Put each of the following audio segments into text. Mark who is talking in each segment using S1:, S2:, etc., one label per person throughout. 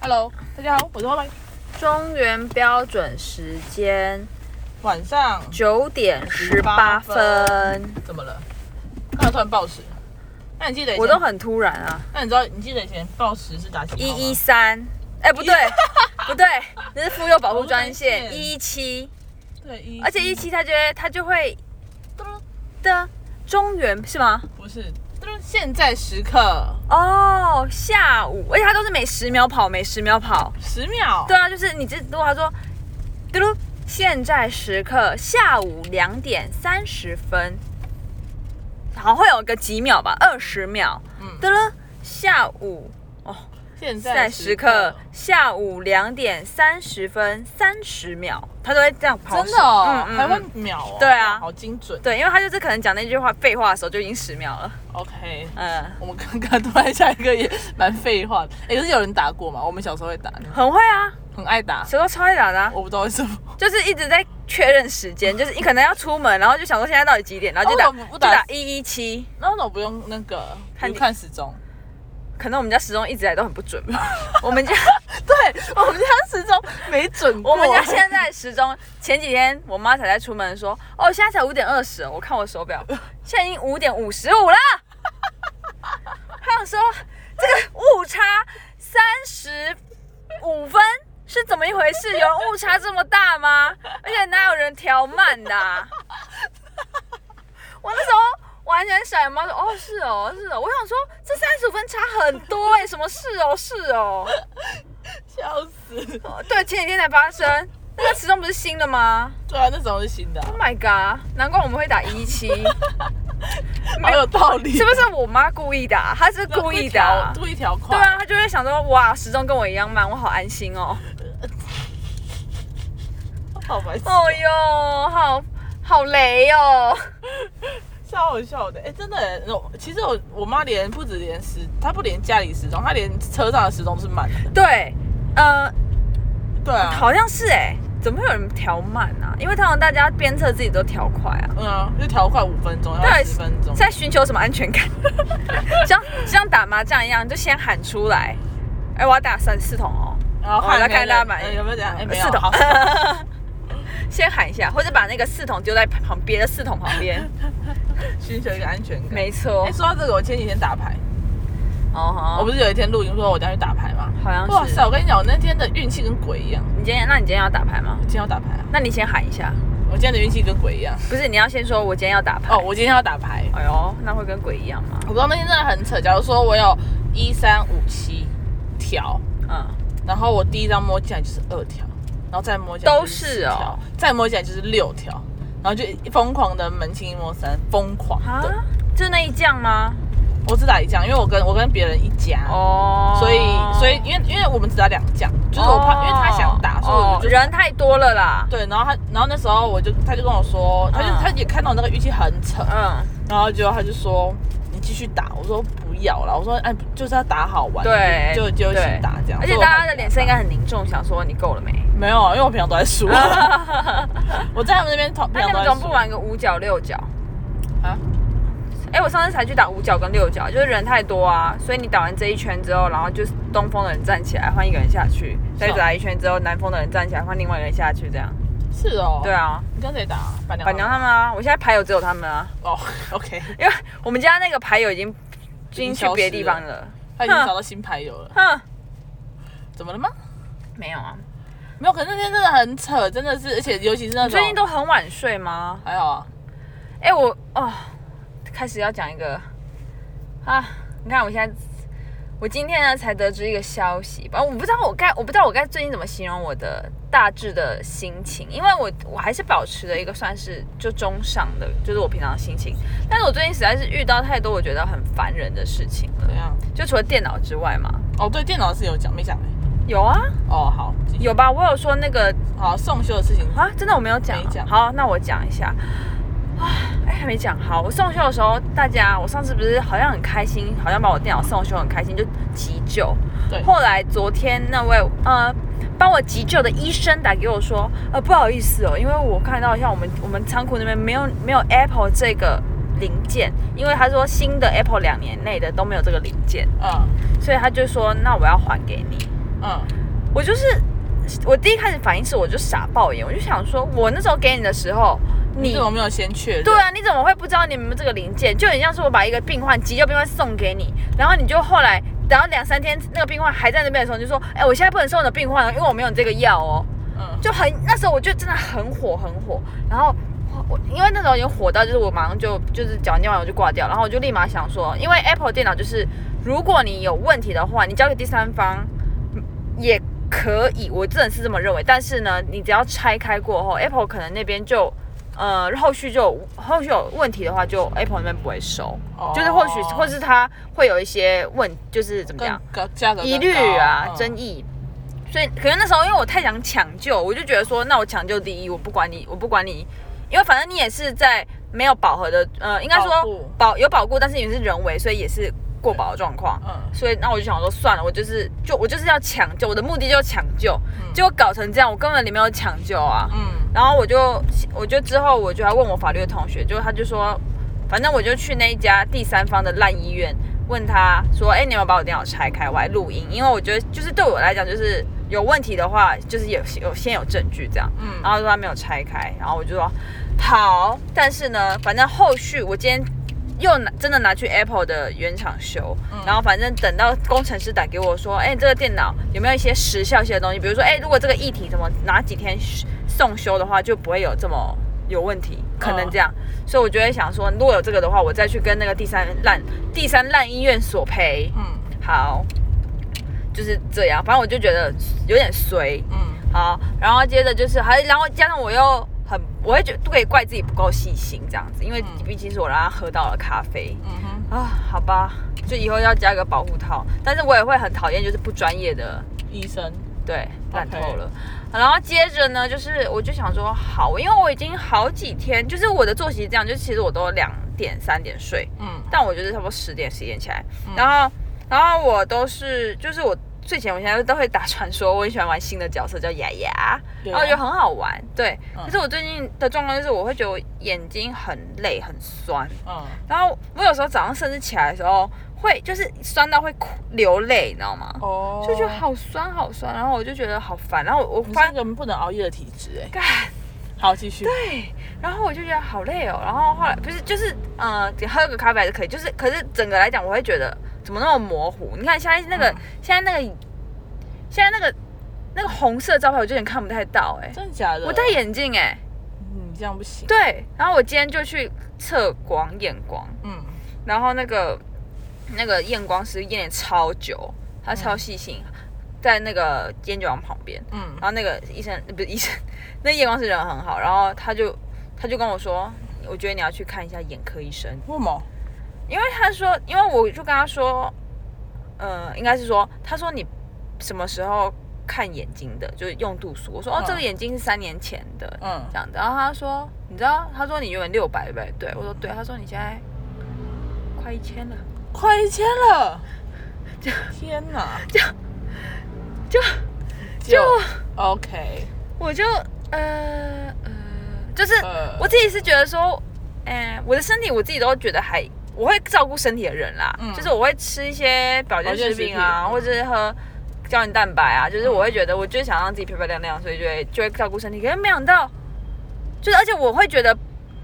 S1: Hello，大家好，我是花白。
S2: 中原标准时间
S1: 晚上
S2: 九点十八分，
S1: 怎么了？刚才突然报时，那你记得以前
S2: 我都很突然啊！
S1: 那你知道你记得以前报时是打几号吗
S2: 一一三，哎， 不对，不对，那是妇幼保
S1: 保
S2: 护专
S1: 护专
S2: 线
S1: 线
S2: 一一七，
S1: 对一，
S2: 而且一七它就会它就会的中原是吗？
S1: 不是，就是现在时刻
S2: 哦，下午，而且它都是每十秒跑，每十秒跑。
S1: 十秒，
S2: 对啊，就是你这如果他说，嘟噜，现在时刻下午两点三十分，好会有个几秒吧，二十秒，
S1: 嗯
S2: 嘟噜，下午
S1: 现
S2: 在
S1: 在
S2: 时
S1: 时
S2: 刻
S1: 刻，
S2: 下午两点三十分三十秒，他都会这样跑
S1: 真
S2: 时，
S1: 的哦，
S2: 嗯
S1: 还会
S2: 嗯嗯
S1: 秒哦，
S2: 对啊
S1: 好精准。
S2: 对，因为他就是可能讲那句话废话的时候就已经十秒了，
S1: OK，
S2: 嗯，
S1: 我们刚刚突然下一个也蛮废话的，哎，可是有人打过嘛？我们小时候会打，
S2: 很会啊，
S1: 很爱打，
S2: 谁都超会打的啊、
S1: 我不知道为什么。
S2: 就是一直在确认 时间，就是你可能要出门，然后就想说现在到底几点，然后就打、
S1: 哦我不
S2: 就
S1: 打
S2: 打一一七。
S1: 那我怎么不用那个
S2: 看
S1: 不看时钟？
S2: 可能我们家时钟一直以来都很不准吧。我们家
S1: 对我们家时钟没准过。
S2: 我们家现在的时钟，前几天我妈才在出门说，哦，现在才五点二十，我看我手表，现在已经五点五十五了。还想说这个误差三十五分是怎么一回事？有人误差这么大吗？而且哪有人调慢的、啊？我那时候完全傻眼猫说，哦，是哦，是哦。我想说这三十五分差很多哎、什么是哦，是哦。
S1: 笑死。
S2: 哦 对，前几天才发生。那个时钟不是新的吗
S1: 对啊，那时候是新的啊、
S2: ？Oh my god！难怪我们会打一七，是
S1: 好有道理。
S2: 不是我妈故意的啊？她是故意的啊。
S1: 故意调快。
S2: 对，啊，她就会想说，哇，时钟跟我一样慢，我好安心哦。
S1: 好白痴，
S2: 哦哟，好好雷哦。
S1: 超好笑的。哎、真的耶，我其实我我妈连不止连时，她不连家里时钟，她连车上的时钟都是慢的。
S2: 对，呃，
S1: 对啊，
S2: 好像是哎、怎么会有人调慢啊？因为通常大家鞭策自己都调快啊，
S1: 嗯啊，就调快五分钟，然
S2: 对
S1: 后十分钟。
S2: 在寻求什么安全感？ 像像打麻将一样，就先喊出来。哎、我要打三四筒哦。
S1: 然后
S2: 我来
S1: 没了
S2: 看大家满意
S1: 嗯有没有这样？哎、没有。
S2: 四
S1: 好
S2: 筒，先喊一下，或者把那个四筒丢在旁别的四筒旁 边。
S1: 寻求一个安全感。
S2: 没错
S1: 哎、，说到这个，我前几天打牌，
S2: 哦
S1: 我
S2: 吼，
S1: 不是有一天录影说我等一下去打牌吗？
S2: 好像是
S1: 哇塞，我跟你讲，我那天的运气跟鬼一样。
S2: 你今天，那你今天要打牌吗？
S1: 今天要打牌啊！
S2: 那你先喊一下，
S1: 我今天的运气跟鬼一样。
S2: 不是你要先说，我今天要打牌。
S1: 哦，我今天要打牌。
S2: 哎呦，那会跟鬼一样吗？
S1: 我刚刚那天真的很扯。假如说我有一三五七条，
S2: 嗯，
S1: 然后我第一张摸进来就是二条，然后再摸进来
S2: 都
S1: 就是四条
S2: 哦，
S1: 再摸进来就是六条，然后就疯狂的门清一摸三，疯狂
S2: 啊
S1: 的。，
S2: 就那一将吗？
S1: 我只打一将，因为我跟我跟别人一家。
S2: 哦，
S1: 所以，所以，因为因为我们只打两将，就是我怕，
S2: 哦
S1: 因为他想打，所以我
S2: 哦
S1: 就、
S2: 人太多了啦。
S1: 对，然后他，然后那时候我就，他就跟我说，他就、
S2: 嗯
S1: 他也看到我那个运气很扯，
S2: 嗯，
S1: 然后结果他就说你继续打，我说不要了，我说哎就是要打好玩，
S2: 对，
S1: 就就就一起
S2: 对
S1: 打这样。
S2: 而
S1: 所
S2: 且
S1: 以我
S2: 大
S1: 还
S2: 家的脸色应该很凝重，想说你够了没？
S1: 没有，啊，因为我平常都在 输， 我在他们那边同平
S2: 那你
S1: 常都
S2: 们
S1: 在
S2: 怎么
S1: 输
S2: 不玩个五角六角？
S1: 啊？
S2: 哎、我上次才去打五角跟六角，就是人太多啊，所以你打完这一圈之后，然后就是东风的人站起来，换一个人下去，再
S1: 是哦
S2: 打一圈之后，南风的人站起来，换另外一个人下去，这样。
S1: 是哦，
S2: 对，啊，
S1: 你跟谁打啊？板娘
S2: 板娘他们啊，我现在牌友只有他们啊，
S1: 哦，OK，
S2: 因为 我们家那个牌友已经已经去别的地方了。
S1: 他已经找到新牌友了，
S2: 哼，
S1: 怎么了吗？
S2: 没有啊，
S1: 没有，可是那天真的很扯，真的是，而且尤其是那种
S2: 你最近都很晚睡吗？
S1: 还好啊，
S2: 哎、我哦，开始要讲一个啊，你看我现在，我今天呢才得知一个消息，反正我不知道我该，我不知道我该最近怎么形容我的大致的心情，因为我我还是保持着一个算是就中上的，就是我平常的心情，但是我最近实在是遇到太多我觉得很烦人的事情了
S1: 怎，样？
S2: 就除了电脑之外嘛，
S1: 哦，对，电脑是有讲没讲欸？
S2: 有啊，
S1: 哦，好，继续
S2: 有吧，我有说那个
S1: 好送修的事情，
S2: 啊，真的我没有讲啊
S1: 没。讲
S2: 好，那我讲一下。啊，哎，还没讲。好，我送修的时候，大家，我上次不是好像很开心，好像把我电脑送修很开心，就急救。
S1: 对，
S2: 后来昨天那位呃帮我急救的医生打给我说，呃不好意思哦，因为我看到像我们我们仓库那边没有没有 Apple 这个零件，因为他说新的 Apple 两年内的都没有这个零件，
S1: 嗯，
S2: 所以他就说那我要还给你。
S1: 嗯，
S2: 我就是我第一开始反应是我就傻爆眼，我就想说，我那时候给你的时候，
S1: 你
S2: 你
S1: 怎么没有先确认？
S2: 对啊，你怎么会不知道你们这个零件？就很像是我把一个病患急救病患送给你，然后你就后来，然后两三天那个病患还在那边的时候，你就说，哎、我现在不能收你的病患了，因为我没有你这个药哦。
S1: 嗯，
S2: 就很那时候我就真的很火很火，然后我我因为那时候已经火到就是我马上就就是讲完电话我就挂掉，然后我就立马想说，因为 Apple 电脑就是如果你有问题的话，你交给第三方嗯也可以，我真的是这么认为。但是呢，你只要拆开过后，Apple 可能那边就。呃，后续就后续有问题的话，就 Apple 那边不会收
S1: 哦
S2: 就是或许或是它会有一些问，就是怎么
S1: 更
S2: 样，
S1: 高价格更
S2: 疑虑啊、
S1: 高嗯
S2: 争议。所以，可能那时候因为我太想抢救，我就觉得说，那我抢救第一，我不管你，我不管你，因为反正你也是在没有饱和的，呃，应该
S1: 保
S2: 说
S1: 护
S2: 保有保护，但是也是人为，所以也是过保的状况。
S1: 嗯，
S2: 所以那我就想说，算了，我就是就我就是要抢救，我的目的就是抢救，
S1: 嗯
S2: 结果搞成这样，我根本里没有抢救啊。
S1: 嗯
S2: 然后我就我就之后我就还问我法律的同学，就他就说，反正我就去那一家第三方的烂医院问他说，哎、你有没有把我电脑拆开，我还录音，因为我觉得就是对我来讲就是有问题的话，就是有有先有证据这样。
S1: 嗯
S2: 然后他说他没有拆开，然后我就说好，但是呢，反正后续我今天又拿真的拿去 Apple 的原厂修，然后反正等到工程师打给我说，哎、你这个电脑有没有一些时效性的东西？比如说，哎、如果这个议题怎么哪几天送修的话，就不会有这么有问题，可能这样。所以我就会想说，如果有这个的话，我再去跟那个第三烂第三烂医院索赔。
S1: 嗯
S2: 好，就是这样，反正我就觉得有点衰，
S1: 嗯，
S2: 好，然后接着就是还，然后加上我又很，我会觉得不可以怪自己不够细心这样子，因为
S1: 嗯
S2: 毕竟是我让他喝到了咖啡
S1: 嗯哼，
S2: 啊，好吧，就以后要加个保护套，但是我也会很讨厌就是不专业的，
S1: 医生，
S2: 对，烂
S1: OK
S2: 透了。然后接着呢，就是我就想说，好，因为我已经好几天，就是我的作息这样，就其实我都两点三点睡，
S1: 嗯
S2: 但我就是差不多十点十一点起来，然后然后我都是就是我睡前我现在都会打传说，我很喜欢玩新的角色叫雅雅，
S1: 对
S2: 然后我觉得很好玩，对。
S1: 嗯
S2: 可是我最近的状况就是我会觉得我眼睛很累很酸，
S1: 嗯
S2: 然后我有时候早上甚至起来的时候会就是酸到会哭流泪，你知道吗？
S1: 哦，
S2: 就觉得，好酸好酸，然后我就觉得好烦，然后我我
S1: 你
S2: 发
S1: 是一个不能熬夜的体质哎。
S2: 干。
S1: 好，继续。
S2: 对，然后我就觉得好累哦。然后后来不是就是呃，喝个咖啡还是可以，就是可是整个来讲，我会觉得怎么那么模糊？你看现在那个、
S1: 嗯
S2: 现在那个现在那个那个红色招牌，我就有点看不太到哎、
S1: 真的假的？
S2: 我戴眼镜哎、
S1: 你这样不行。
S2: 对。然后我今天就去测光验光，
S1: 嗯
S2: 然后那个那个验光师验得超久，他超细心，在那个烟酒王旁边。
S1: 嗯
S2: 然后那个医生不是医生，那验光师人很好，然后他就他就跟我说，我觉得你要去看一下眼科医生，
S1: 为什么？
S2: 因为他说，因为我就跟他说，呃，应该是说，他说你什么时候看眼睛的，就是用度数，我说哦
S1: 嗯，
S2: 这个眼睛是三年前的，
S1: 嗯
S2: 这样子，然后他说，你知道，他说你原本六百对不对？对我说对，他说你现在快一千了，
S1: 快一千了，天哪！就
S2: 就
S1: 就
S2: 就
S1: OK，
S2: 我就呃呃，就是
S1: 呃
S2: 我自己是觉得说，哎、我的身体我自己都觉得还，我会照顾身体的人啦，
S1: 嗯
S2: 就是我会吃一些保健食品啊，
S1: 保
S2: 或
S1: 健食
S2: 者是喝胶原蛋白啊，就是我会觉得，我就是想让自己漂漂亮亮，所以就会就会照顾身体。可是没想到，就是而且我会觉得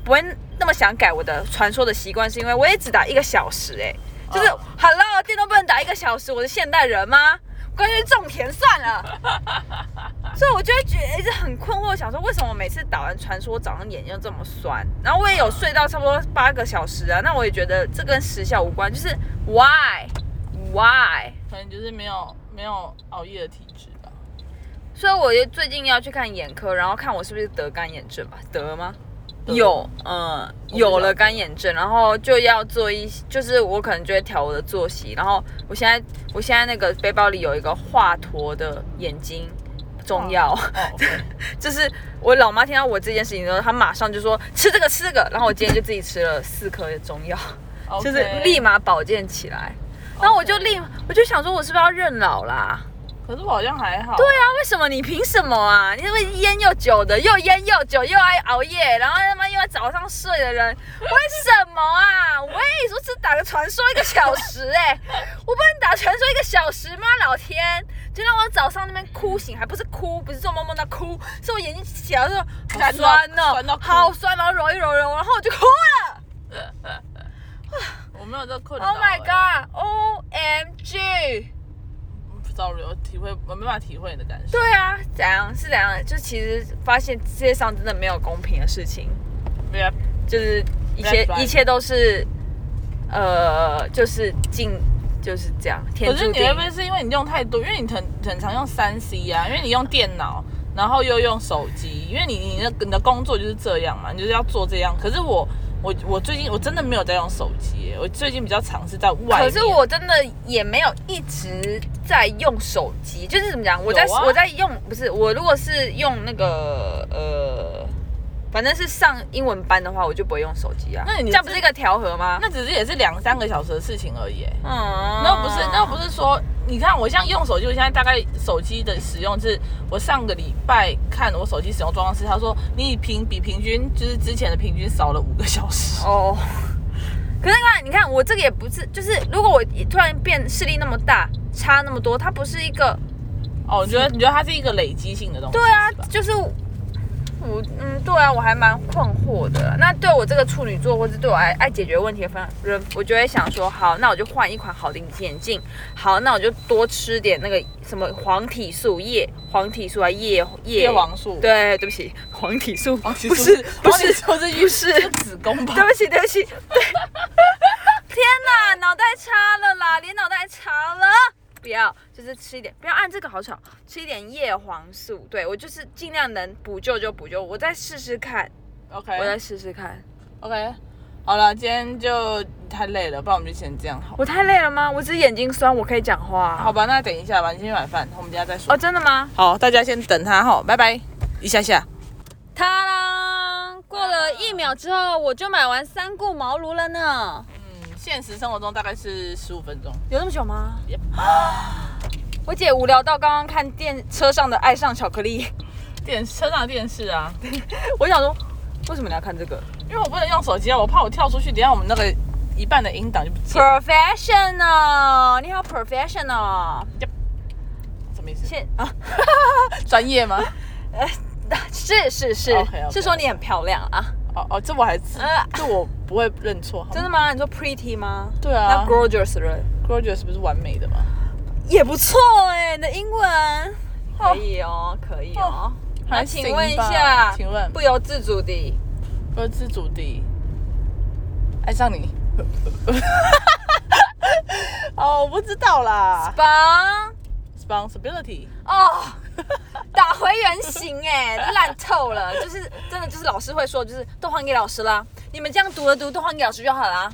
S2: 不会那么想改我的传说的习惯，是因为我也只打一个小时、哎，就是
S1: 哦
S2: Hello，电动不能打一个小时，我是现代人吗？我干脆去种田算了。所以我就会觉得一直很困惑，想说为什么我每次打完传说早上眼睛这么酸，然后我也有睡到差不多八个小时啊，那我也觉得这跟时效无关，就是 why why，
S1: 可能就是没有没有熬夜的体质 吧。
S2: 所以我也最近要去看眼科，然后看我是不是得干眼症吧，得吗？
S1: 得
S2: 有，嗯，有了干眼症，然后就要做一，就是我可能就会调我的作息，然后我现在我现在那个背包里有一个华佗的眼睛中药。
S1: 哦，OK，
S2: 就是我老妈听到我这件事情之后，她马上就说吃这个吃这个，然后我今天就自己吃了四颗中药，
S1: o
S2: 就是立
S1: 马。
S2: 马保健起来。然后我就立，我就想说，我是不是要认老啦？
S1: 可是我好像还好。对啊，
S2: 那为什么你凭什么啊？你是不是烟又久的，又烟又久，又爱熬夜，然后他妈又爱早上睡的人，为什么啊？我也说只打个传说一个小时、欸，哎，我不能打传说一个小时吗？老天，就让我早上那边哭醒，还不是哭，不是做梦梦到哭，是我眼睛起来的时候好
S1: 干到
S2: 酸哦、
S1: 酸到哭
S2: 好酸，然后揉一揉揉，然后我就哭了。
S1: 我没有这困扰、
S2: Oh
S1: 欸
S2: my god！O M G！
S1: 不知道我体会，我没办法体会你的感受。
S2: 对啊，怎样是怎样的？就其实发现世界上真的没有公平的事情，
S1: 没有，
S2: 就是一切
S1: That's right
S2: 一切都是，呃，就是进就是这样，天
S1: 可是
S2: 注
S1: 你
S2: 定
S1: 会。不会是因为你用太多？因为你很很常用三 C 啊，因为你用电脑，然后又用手机，因为你你的你的工作就是这样嘛，你就是要做这样。可是我我我最近我真的没有在用手机耶，我最近比较尝试在外
S2: 可
S1: 面。
S2: 是我真的也没有一直在用手机，就是怎么讲，我在、
S1: 有啊
S2: 我在用，不是我如果是用那个呃，反正是上英文班的话，我就不会用手机啊。
S1: 那你
S2: 这样不是一个调和吗？
S1: 那只是也是两三个小时的事情而已耶。
S2: 嗯，
S1: 那不是，那不是说，你看我像用手机，我现在大概手机的使用是，我上个礼拜看我手机使用状况是，他说你平比平均就是之前的平均少了五个小时。
S2: 哦。可是你看，你看我这个也不是，就是如果我突然变视力那么大，差那么多，它不是一个
S1: 哦，你觉得你觉得它是一个累积性的东西？
S2: 对啊
S1: 是吧，
S2: 就是我嗯，对啊，我还蛮困惑的。那对我这个处女座，或是对我爱爱解决问题的方人，我就会想说，好，那我就换一款好的眼镜，好，那我就多吃点那个什么黄体素叶，黄体素啊叶叶
S1: 叶黄素
S2: 对，对不起，黄体素，
S1: 黄体
S2: 不
S1: 素
S2: 是不
S1: 黄体
S2: 是
S1: 素是
S2: 不是，
S1: 子宫吧？
S2: 对不起对不 起，对，天哪，脑袋差了啦，连脑袋差了。不要，就是吃一点，不要按这个好吵，吃一点叶黄素。对我就是尽量能补救就补救，我再试试看，我再
S1: OK
S2: 试试看。
S1: OK，好了，今天就太累了，不然我们就先这样好了。
S2: 我太累了吗？我只是眼睛酸，我可以讲话。
S1: 好吧，那等一下吧，你先去买饭，我们等一下再说
S2: 哦，。真的吗？
S1: 好，大家先等他哈，拜拜，一下下。
S2: 他啦，过了一秒之后，我就买完三顾茅庐了呢。
S1: 嗯，现实生活中大概是十五分钟。
S2: 有那么久吗
S1: Yep
S2: 我姐无聊到刚刚看电车上的《爱上巧克力》，
S1: 电车上的电视啊，
S2: 我想说，为什么你要看这个
S1: 因为我不能用手机啊，我怕我跳出去，等一下我们那个一半的音档就不 见了。
S2: ？Professional，你好，professional，
S1: 什么意思？
S2: 现啊，
S1: 专业吗？
S2: 是是是
S1: OK，OK，
S2: 是说你很漂亮啊？
S1: 哦哦，这我还是
S2: 呃，
S1: 这我不会认错。
S2: 真
S1: 的？
S2: 的吗？你说 pretty 吗？
S1: 对
S2: 那
S1: 啊
S2: gorgeous 人
S1: ，Gorgeous 不是完美的吗？
S2: 也不错哎，你的英文可以哦，可以哦。那
S1: 还
S2: 请
S1: 行
S2: 问一
S1: 吧
S2: 下，
S1: 请问
S2: 不由自主的，
S1: 我是主题，爱上 你。哦，我不知道啦。
S2: 帮
S1: Responsibility，
S2: 哦，打回原形哎，烂透了，就是真的就是老师会说，就是都还给老师啦，你们这样读的读都还给老师就好啦，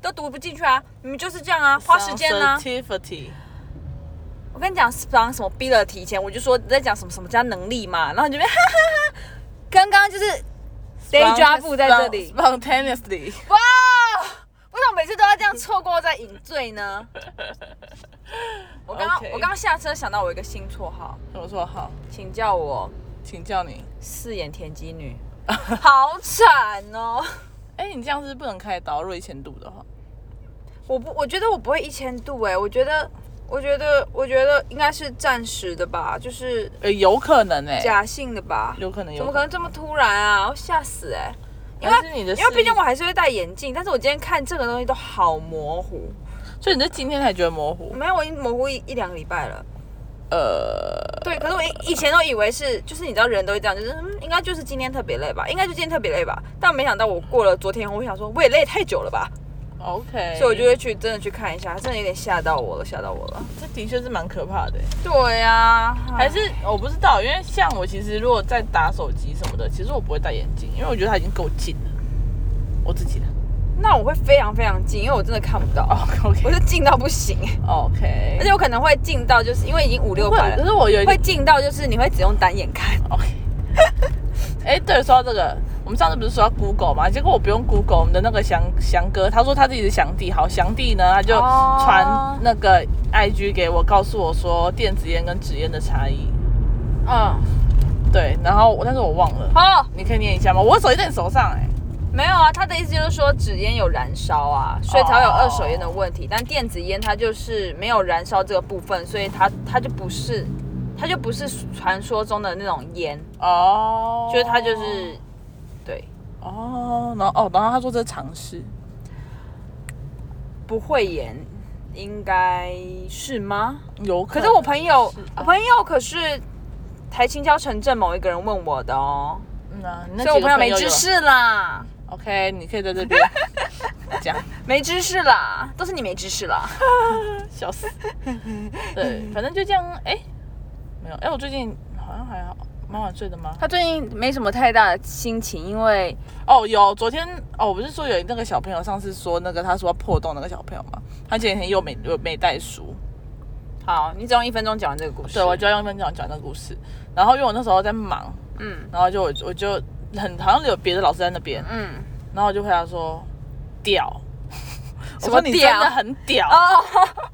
S2: 都读不进去啊，你们就是这样啊，花时间啊。
S1: Sensitivity，
S2: 我跟你讲，讲什么逼了提前，我就说你在讲什么什么加能力嘛，然后你就边哈哈哈，刚刚就是 day job 在这里，
S1: Spontaneously，
S2: 哇，为什么每次都要这样错过再饮醉呢？我刚刚
S1: OK
S2: 我刚刚下车想到我一个新绰号，
S1: 我说好，
S2: 请叫我
S1: 请叫你。
S2: 四眼田鸡女， 好惨哦！
S1: 哎、你这样是不能开刀，如果一千度的话，
S2: 我不，我觉得我不会一千度哎、我觉得，我觉得，我觉得应该是暂时的吧，就是
S1: 呃，有可能哎、
S2: 假性的吧，
S1: 有可能哎有
S2: 怎么可能这么突然啊？我吓死哎、因
S1: 但是
S2: 为
S1: 你的视
S2: 因
S1: 力，
S2: 为毕竟我还是会戴眼镜，但是我今天看这个东西都好模糊，
S1: 所以你是今天才觉得模糊，
S2: 没有，我已经模糊一一两个礼拜了。
S1: 呃，
S2: 对，可是我以以前都以为是，就是你知道人都会这样，就是、嗯、应该就是今天特别累吧，应该就今天特别累吧。但没想到我过了昨天，我想说我也累太久了吧，
S1: OK，
S2: 所以我就会去真的去看一下，真的有点吓到我了，吓到我了。
S1: 这的确是蛮可怕的、欸
S2: 对呀、
S1: 还是我不知道，因为像我其实如果在打手机什么的，其实我不会戴眼镜，因为我觉得它已经够近了，我自己 的。
S2: 那我会非常非常近，因为我真的看不到，我
S1: 哦 OK
S2: 是近到不行，
S1: OK，
S2: 而且我可能会近到就是因为已经五六
S1: 会，
S2: 百
S1: 可
S2: 了，
S1: 是我有一
S2: 会
S1: 点
S2: 近到就是你会只用单眼看。
S1: OK。哎、对，说到这个，我们上次不是说要 Google 嘛？结果我不用 Google，我们的那个翔翔哥，他说他自己是翔弟，好，翔弟呢，他就
S2: 哦
S1: 传那个 IG 给我，告诉我说电子烟跟纸烟的差异。
S2: 嗯，
S1: 对，然后我但是我忘了，
S2: 哦，
S1: 你可以念一下吗？我手机在你手上哎、
S2: 没有啊，他的意思就是说纸烟有燃烧啊，所以才会有
S1: 哦
S2: 二手烟的问题。但电子烟它就是没有燃烧这个部分，所以它它就不是，它就不是传说中的那种烟，
S1: 哦，
S2: 就是它就是，对，
S1: 哦，然后哦，然后他说这是尝试，
S2: 不会烟，应该是吗？
S1: 有可
S2: 可
S1: 能
S2: 是我朋友
S1: 是，
S2: 我
S1: 啊
S2: 朋友可是台青交城镇某一个人问我的哦，
S1: 嗯啊，你那
S2: 所以我
S1: 几个
S2: 朋友没
S1: 有
S2: 知。识啦，
S1: OK，你可以在这 边讲，
S2: 没知识啦，都是你没知识啦。
S1: 笑 死。对，反正就这样。哎，没有，哎，我最近好像还好，蛮晚睡的吗？
S2: 他最近没什么太大的心情，因为
S1: 哦，有，昨天哦，我不是说有那个小朋友，上次说那个他说要破洞那个小朋友嘛，他前几天又没又没带书，
S2: 好，你只用一分钟讲完这个故事。
S1: 对，我就要用分讲讲那个故事。然后因为我那时候在忙，
S2: 嗯
S1: 然后就我我就很好像有别的老师在那边，
S2: 嗯
S1: 然后我就回答说屌，我
S2: 什么
S1: 说你真
S2: 屌
S1: 的很屌，
S2: 哦，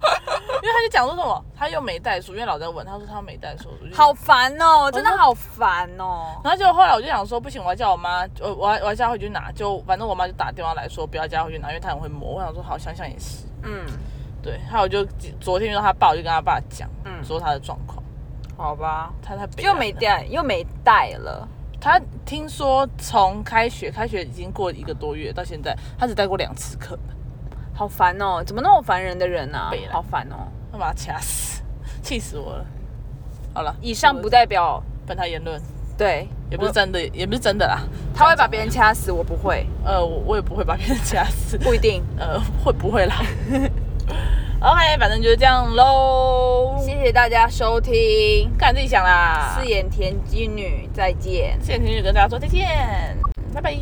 S1: 因为他就讲说什么他又没带书，因为老师在问，他说他没带书，我就
S2: 好。烦哦，真的好烦哦。
S1: 然后结果后来我就想说，不行，我要叫我妈，我我要我要叫她回去拿。就反正我妈就打电话来说，不要叫她回去拿，因为她很会摸。我想说，好，想想也是。
S2: 嗯，
S1: 对，还有就昨天遇到他爸，我就跟他爸讲，
S2: 嗯
S1: 说他的状况，
S2: 好吧，
S1: 他太北
S2: 又
S1: 蓝
S2: 没
S1: 了。
S2: 带，又没带了。
S1: 他听说从开学，开学已经过一个多月，到现在他只带过两次课，
S2: 好烦哦！怎么那么烦人的人啊
S1: 北？兰
S2: 好烦哦！
S1: 他把他掐死，气死我了。好了，
S2: 以上不代表
S1: 本台言论，
S2: 对，
S1: 也不是
S2: 我
S1: 真的，也不是真的啦。
S2: 他会把别人掐死，我不会，
S1: 呃，我我也不会把别人掐死，
S2: 不一定。
S1: 呃，会不会啦？OK，反正就是这样喽。
S2: 谢谢大家收听
S1: 看自己想啦。
S2: 啊《四眼田鸡女》，再见。
S1: 谢谢婷婷跟大家说再见，拜拜。